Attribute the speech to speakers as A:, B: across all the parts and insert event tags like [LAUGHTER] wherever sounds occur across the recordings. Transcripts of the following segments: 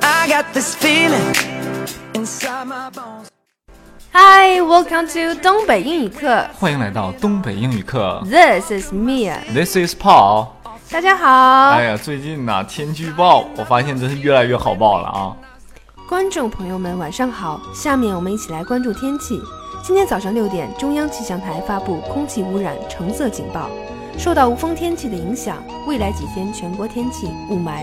A: I got this feeling inside my bones.
B: Hi, welcome to 东北英语课。
C: 欢迎来到东北英语课
B: This is Mia。
C: ，This is Paul。
B: 大家好，
C: 哎呀，最近呐，天气预报我发现真是越来越好报了啊！
B: 观众朋友们，晚上好。下面我们一起来关注天气。今天早上六点，中央气象台发布空气污染橙色警报。受到无风天气的影响，未来几天全国天气雾霾。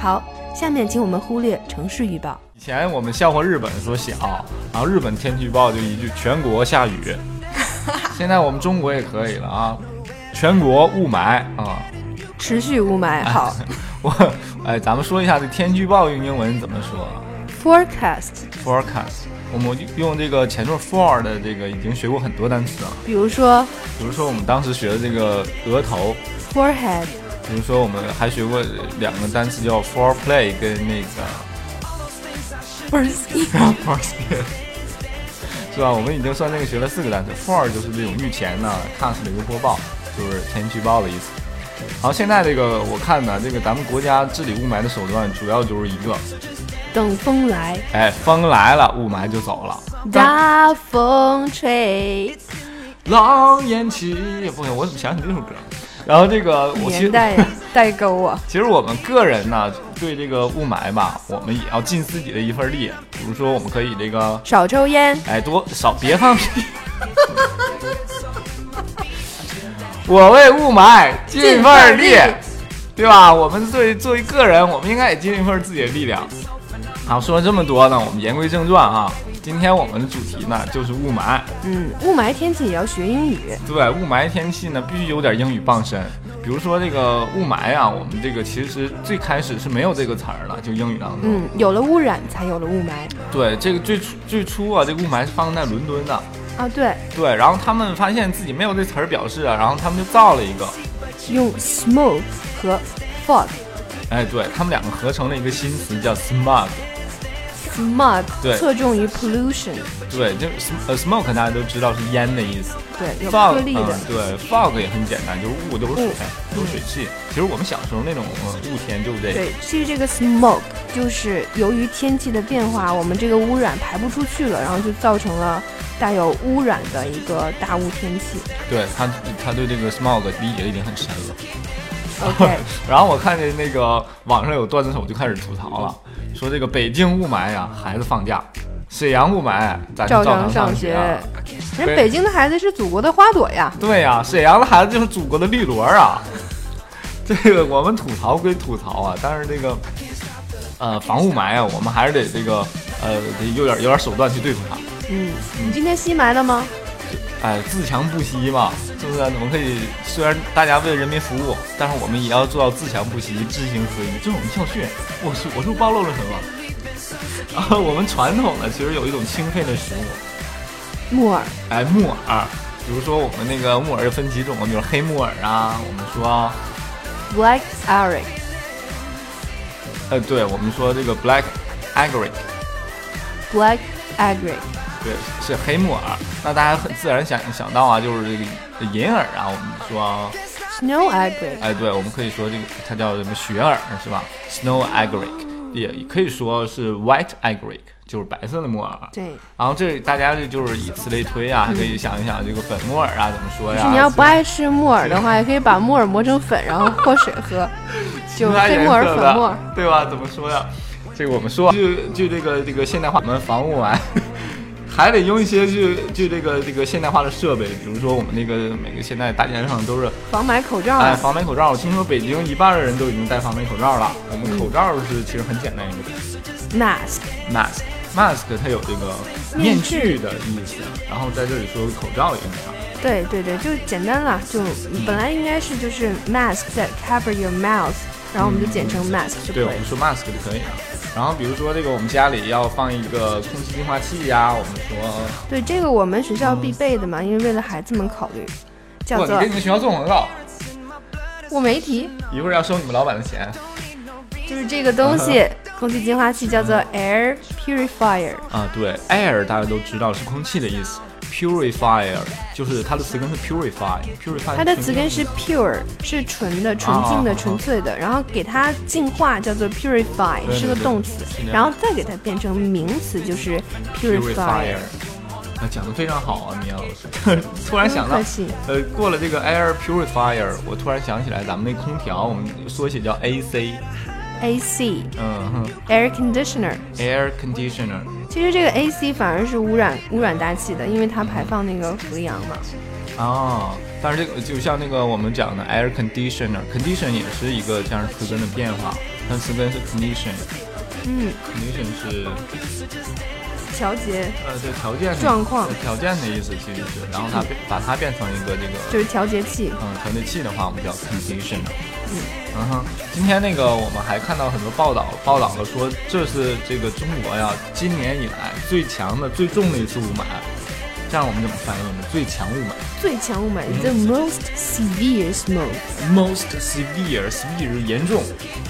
B: 好，下面请我们忽略城市预报。
C: 以前我们笑话日本说小，啊然后日本天气预报就一句全国下雨。现在我们中国也可以了啊，全国雾霾啊！
B: 持续雾霾。好
C: 我哎，咱们说一下这天气预报用英文怎么说啊
B: ，forecast，
C: ？Forecast。我们用这个前缀 for 的这个已经学过很多单词了，
B: 比如说
C: 比如说我们当时学的这个额头，
B: forehead，
C: 比如说，我们还学过两个单词叫 foreplay 跟那个 [COUGHS]
B: 不是
C: f o r e 是吧？我们已经算那个学了四个单词，for 就是这种御前呢，cast 的一个播报，就是天气预报的意思。好，现在这个我看呢，这个咱们国家治理雾霾的手段主要就是一个，
B: 等风来，
C: 哎，风来了，雾霾就走了。
B: 大风吹。
C: 狼烟起，不行，我怎么想起这首歌？然后这个我其
B: 年
C: 实
B: 代呀，代沟啊！
C: [LAUGHS] 其实我们个人呢，对这个雾霾吧，我们也要尽自己的一份力。比如说，我们可以这个
B: 少抽烟，
C: 哎，多少别放屁！我为雾霾尽份力，对吧？我们作为作为个人，我们应该也尽一份自己的力量。好，说了这么多呢，我们言归正传啊。今天我们的主题呢就是雾霾。
B: 嗯，雾霾天气也要学英语。
C: 对，雾霾天气呢必须有点英语傍身。比如说这个雾霾啊，我们这个其实最开始是没有这个词儿的，就英语当中。
B: 嗯，有了污染，才有了雾霾
C: 对，这个最初最初啊，这个雾霾是发生在伦敦的。
B: 啊！对，
C: 对，然后他们发现自己没有这词儿表示啊，然后他们就造了一个，
B: 用 smoke 和 fog、
C: 哎，对他们两个合成了一个新词叫 smog。
B: smog
C: 对
B: 侧重于 pollution，
C: 对，就是 sm- 呃 smoke 大家都知道是烟的意思
B: 对，有
C: ，fog
B: 颗粒的
C: 嗯，。对，fog 也很简单，就是雾，都是水
B: 雾，
C: 都是水汽。其实我们小时候那种呃雾天就这
B: 对，其实这个 smoke 就是由于天气的变化，我们这个污染排不出去了，然后就造成了带有污染的一个大雾天
C: [LAUGHS]
B: 气。
C: 对他他对这个 smog 理解已经很深了。
B: OK，
C: [LAUGHS] 然后我看见那个网上有段子手就开始吐槽了，说这个北京雾霾呀、孩子放假；沈阳雾霾，咱就
B: 照
C: 常
B: 常上
C: 学
B: 学
C: 啊。。
B: 人北京的孩子是祖国的花朵呀。
C: 对呀、沈阳的孩子就是祖国的绿萝儿啊。 [LAUGHS] 这个我们吐槽归吐槽啊，但是这个，呃，防雾霾啊，我们还是得这个，呃，得有点有点手段去对付它。
B: 嗯，你今天吸霾了吗？
C: 哎，自强不息嘛，是不是？啊我们可以虽然大家为人民服务，但是我们也要做到自强不息、知行合一，这是我们校训。我是我是不是暴露了什么？ [LAUGHS] 啊，我们传统的其实有一种清肺的食物，
B: 木耳。
C: 哎，木耳，比如说我们那个木耳又分几种，比如黑木耳啊，我们说
B: Black Eric，
C: 呃，对，我们说这个 black agaric，
B: Black Agric，
C: 对，是黑木耳。那大家很自然想想到啊，就是这个银耳啊，我们说，
B: Snow Agric，
C: 哎，对，我们可以说这个它叫什么雪耳是吧？snow agaric，也可以说是 white agaric，就是白色的木耳。
B: 对，
C: 然后这大家这就是以此类推啊，还可以想一想这个粉木耳啊怎么说呀？
B: 是你要不爱吃木耳的话，也可以把木耳磨成粉，然后和水喝，就黑木耳、粉木耳。，
C: 对吧？怎么说呀？这个我们说，就就这个这个现代化，我们防雾霾还得用一些就就这个这个现代化的设备，比如说我们那个每个现在大街上都是
B: 防霾口罩
C: 哎
B: 啊，
C: 防霾口罩，我听说北京一半的人都已经戴防霾口罩了。我
B: 嗯
C: 们口罩是其实很简单一个东西
B: mask，
C: mask mask 它有这个
B: 面
C: 面具的意思，然后在这里说口罩也用啊上。
B: 对对对，就简单了，就本来应该是就是 mask 再 cover your mouth，然后我们就简称 mask 就
C: 嗯对，我
B: 可以
C: 们。说 mask 就可以了。然后比如说这个我们家里要放一个空气净化器呀、我们说
B: 对，这个我们学校必备的嘛，因为为了孩子们考虑，叫
C: 哇，你
B: 做
C: 给你们学校做广告，
B: 我没提，
C: 一会儿要收你们老板的钱
B: 就是这个东西，空气净化器叫做 air purifier。
C: 啊！对，air 大家都知道是空气的意思 purifier，就是它的词根是 purify，purify。
B: 它的词根是 pure，是纯的、纯净的、
C: 啊啊啊
B: 纯粹的，然后给它净化叫做 purify，
C: 对
B: 是个
C: 对
B: 动词
C: 是这，样
B: 然后再给它变成名词就是 purifier。
C: 啊，讲的非常好啊，米娅老师。 [LAUGHS] 突然想到
B: 不客气，
C: 呃，过了这个 air purifier，我突然想起来咱们那空调，我们缩写叫 AC，
B: AC
C: 嗯哼
B: air conditioner，
C: ，air conditioner。
B: 其实这个 AC 反而是污染污染大气的，因为它排放那个氟利昂嘛。
C: 啊，但是这个就像那个我们讲的 air conditioner，condition 也是一个这样词根的变化，但词根是 condition，condition
B: 嗯，
C: 是
B: 调节
C: 呃这条件的
B: 状况
C: 条件的意思其实是，然后它变把它变成一个这个
B: 就是调节器，
C: 嗯，调节器的话，我们叫 condition。嗯哼，今天那个我们还看到很多报道，报道了说这是这个中国呀今年以来最强的、最重的一次雾霾。这样我们怎么翻译呢？最强雾霾
B: 最强雾霾 the most severe smoke。
C: ，most severe severe 严重，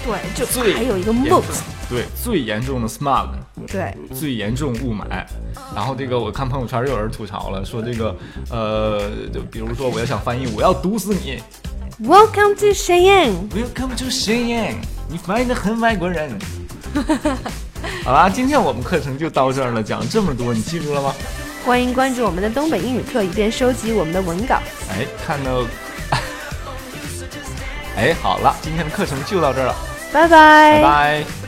B: 对，就
C: 最
B: 还有一个
C: 严重
B: most，
C: 对最严重的 smog，
B: 对，
C: 最严重雾霾。然后这个我看朋友圈又有人吐槽了，说这个呃，就比如说我要想翻译，我要毒死你
B: Welcome to Cheyenne。
C: ，Welcome to Xi'an，你翻译的很外
B: [LAUGHS]
C: 国人。好啦，今天我们课程就到这儿了，讲这么多，你记住了吗？
B: 欢迎关注我们的东北英语课，以便收集我们的文稿。
C: 哎，看到， [LAUGHS] 哎，好了，今天的课程就到这儿了，
B: 拜
C: 拜拜。